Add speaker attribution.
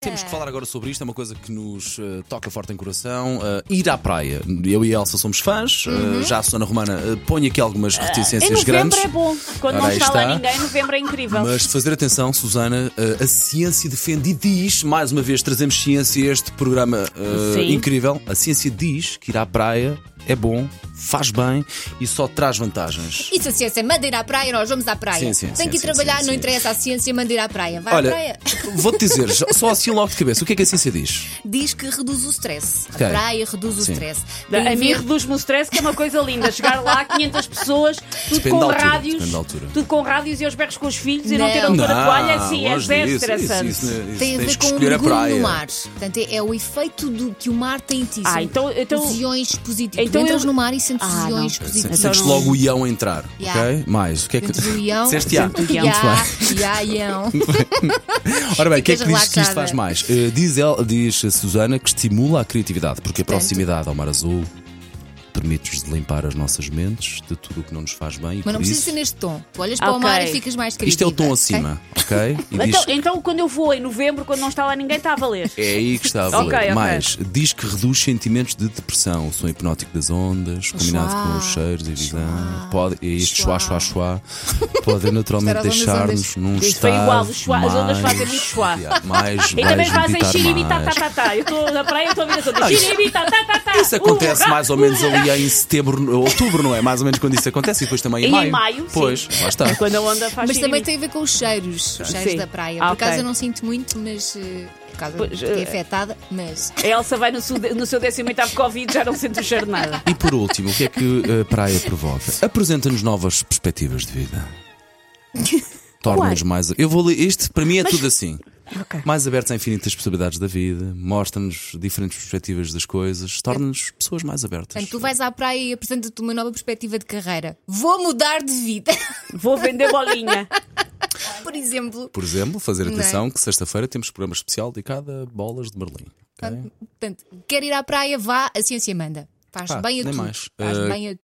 Speaker 1: Temos que falar agora sobre isto, é uma coisa que nos eh, toca forte em coração. eh, ir à praia. Eu e a Elsa somos fãs, eh, já a Susana Romana eh, põe aqui algumas
Speaker 2: Em
Speaker 1: reticências
Speaker 2: novembro
Speaker 1: grandes.
Speaker 2: é bom. Quando
Speaker 1: Ora,
Speaker 2: não
Speaker 1: aí
Speaker 2: está lá
Speaker 1: está.
Speaker 2: ninguém, novembro é incrível.
Speaker 1: Mas fazer atenção, Susana, eh, a ciência defende e diz, mais uma vez, trazemos ciência a este programa eh,
Speaker 2: Sim.
Speaker 1: incrível. A ciência diz que ir à praia é bom, faz bem e só traz vantagens.
Speaker 3: Isso a ciência manda ir à praia, nós vamos à praia.
Speaker 1: Sim, sim,
Speaker 3: Tem
Speaker 1: sim,
Speaker 3: que ir
Speaker 1: sim,
Speaker 3: trabalhar,
Speaker 1: sim,
Speaker 3: não
Speaker 1: sim.
Speaker 3: interessa a ciência, manda ir à praia. Vai à
Speaker 1: Olha,
Speaker 3: praia.
Speaker 1: vou-te dizer, só assim logo de cabeça, o que é que a ciência diz?
Speaker 3: Diz que reduz o stress.
Speaker 1: Ok.
Speaker 3: A praia reduz o
Speaker 1: Sim.
Speaker 3: stress. Tem
Speaker 2: A
Speaker 3: a
Speaker 2: mim
Speaker 3: ver-
Speaker 2: reduz-me o stress, que é uma coisa linda. Chegar lá, 500 pessoas, tudo
Speaker 1: Depende
Speaker 2: com
Speaker 1: da altura, depende
Speaker 2: rádios,
Speaker 1: da altura.
Speaker 2: tudo com rádios e aos berros com os filhos e não
Speaker 3: Não.
Speaker 2: ter a altura de toalha, assim, é
Speaker 1: longe
Speaker 2: zero
Speaker 1: disso, isso,
Speaker 2: estressante.
Speaker 1: isso, né? isso,
Speaker 3: Tem a
Speaker 1: tens
Speaker 3: ver
Speaker 1: que
Speaker 3: com o
Speaker 1: escolher a
Speaker 3: mergulho
Speaker 1: praia.
Speaker 3: no mar. Portanto, é, é o efeito do, que o mar tem em ti.
Speaker 2: Ah,
Speaker 3: São
Speaker 2: então- então-
Speaker 3: os iões positivos.
Speaker 2: então
Speaker 3: Entras
Speaker 2: eu-
Speaker 3: no mar e sentes
Speaker 2: Ah,
Speaker 3: os
Speaker 2: não.
Speaker 3: iões
Speaker 1: Sim,
Speaker 3: positivos.
Speaker 2: Então
Speaker 1: Sentes
Speaker 2: não-
Speaker 1: logo o ião a entrar, ok?
Speaker 3: é. Yeah.
Speaker 1: Mais, o que é que.
Speaker 3: Sentes o ião.
Speaker 1: Disseste iá.
Speaker 2: Sentes o ião.
Speaker 1: Muito bem.
Speaker 3: Já, já, ião.
Speaker 1: Ora bem, o que é que
Speaker 3: Ficas
Speaker 1: diz que isto
Speaker 3: relaxada.
Speaker 1: faz mais? Eh, diz, ela, diz a Susana que estimula a criatividade, porque a proximidade ao mar azul permite-nos de limpar as nossas mentes de tudo o que não nos faz bem. E
Speaker 3: Mas não
Speaker 1: por
Speaker 3: precisa
Speaker 1: isso,
Speaker 3: ser neste tom. Tu olhas
Speaker 2: Ah,
Speaker 3: para o mar
Speaker 2: ok.
Speaker 3: e ficas mais criativa.
Speaker 1: isto é o tom
Speaker 3: ok?
Speaker 1: acima, ok? E diz
Speaker 2: Então, então, quando eu vou em novembro, quando não está lá ninguém, está a valer.
Speaker 1: É aí que está a
Speaker 2: Ok,
Speaker 1: valer.
Speaker 2: ok.
Speaker 1: Mas diz que reduz sentimentos de depressão, o som hipnótico das ondas, combinado
Speaker 3: chua,
Speaker 1: com os cheiros e visão.
Speaker 3: chua,
Speaker 1: Pode, e este chuá, chuá,
Speaker 3: chua.
Speaker 1: chuá, pode naturalmente
Speaker 3: Estar às
Speaker 1: deixar-nos
Speaker 3: ondas, ondas.
Speaker 1: num
Speaker 2: Isto foi
Speaker 1: estado.
Speaker 2: igual, os chuá- as ondas
Speaker 1: mais-
Speaker 2: fazem muito chuá.
Speaker 1: Yeah, Mais,
Speaker 2: E também
Speaker 1: mais
Speaker 2: fazem
Speaker 1: meditar
Speaker 2: xiribi, tá, tá,
Speaker 1: mais.
Speaker 2: tá, tá. Eu estou na praia, eu estou a ver as outras.
Speaker 1: Não, isso-
Speaker 2: Xiribi, tá, tá, tá, tá.
Speaker 1: Isso acontece
Speaker 2: Uhra!
Speaker 1: mais ou menos ali em setembro, outubro, não é? Mais ou menos quando isso acontece, e depois também em
Speaker 2: E em
Speaker 1: maio.
Speaker 2: maio, sim.
Speaker 1: pois, lá está.
Speaker 2: Quando a onda faz
Speaker 3: Mas também
Speaker 2: xiribi.
Speaker 3: tem a ver com os cheiros, os cheiros
Speaker 2: Sim.
Speaker 3: da praia.
Speaker 2: Ah,
Speaker 3: Por acaso
Speaker 2: ok.
Speaker 3: eu não sinto muito, mas. eh, Por causa
Speaker 2: Pois,
Speaker 3: de fiquei
Speaker 2: eh,
Speaker 3: afetada, mas.
Speaker 2: A Elsa vai no seu, no seu 18 Covid, já não sente o cheiro de nada.
Speaker 1: E por último, o que é que a praia provoca? Apresenta-nos novas perspectivas de vida. Torna-nos mais. Eu vou ler. Este, para mim, é tudo assim. Mais abertos a infinitas possibilidades da vida, mostra-nos diferentes perspectivas das coisas, torna-nos pessoas mais abertas.
Speaker 3: Portanto, tu vais à praia e apresenta-te uma nova perspectiva de carreira. Vou mudar de vida.
Speaker 2: Vou vender bolinha.
Speaker 3: Por exemplo,
Speaker 1: Por exemplo, fazer
Speaker 3: Não é?
Speaker 1: atenção que sexta-feira temos programa especial dedicado a bolas de Berlim. ok?
Speaker 3: portanto, quer ir à praia, vá, a ciência manda. Faz
Speaker 1: Pá,
Speaker 3: bem a
Speaker 1: nem
Speaker 3: tudo.
Speaker 1: mais.
Speaker 3: Faz
Speaker 1: Eh,
Speaker 3: bem a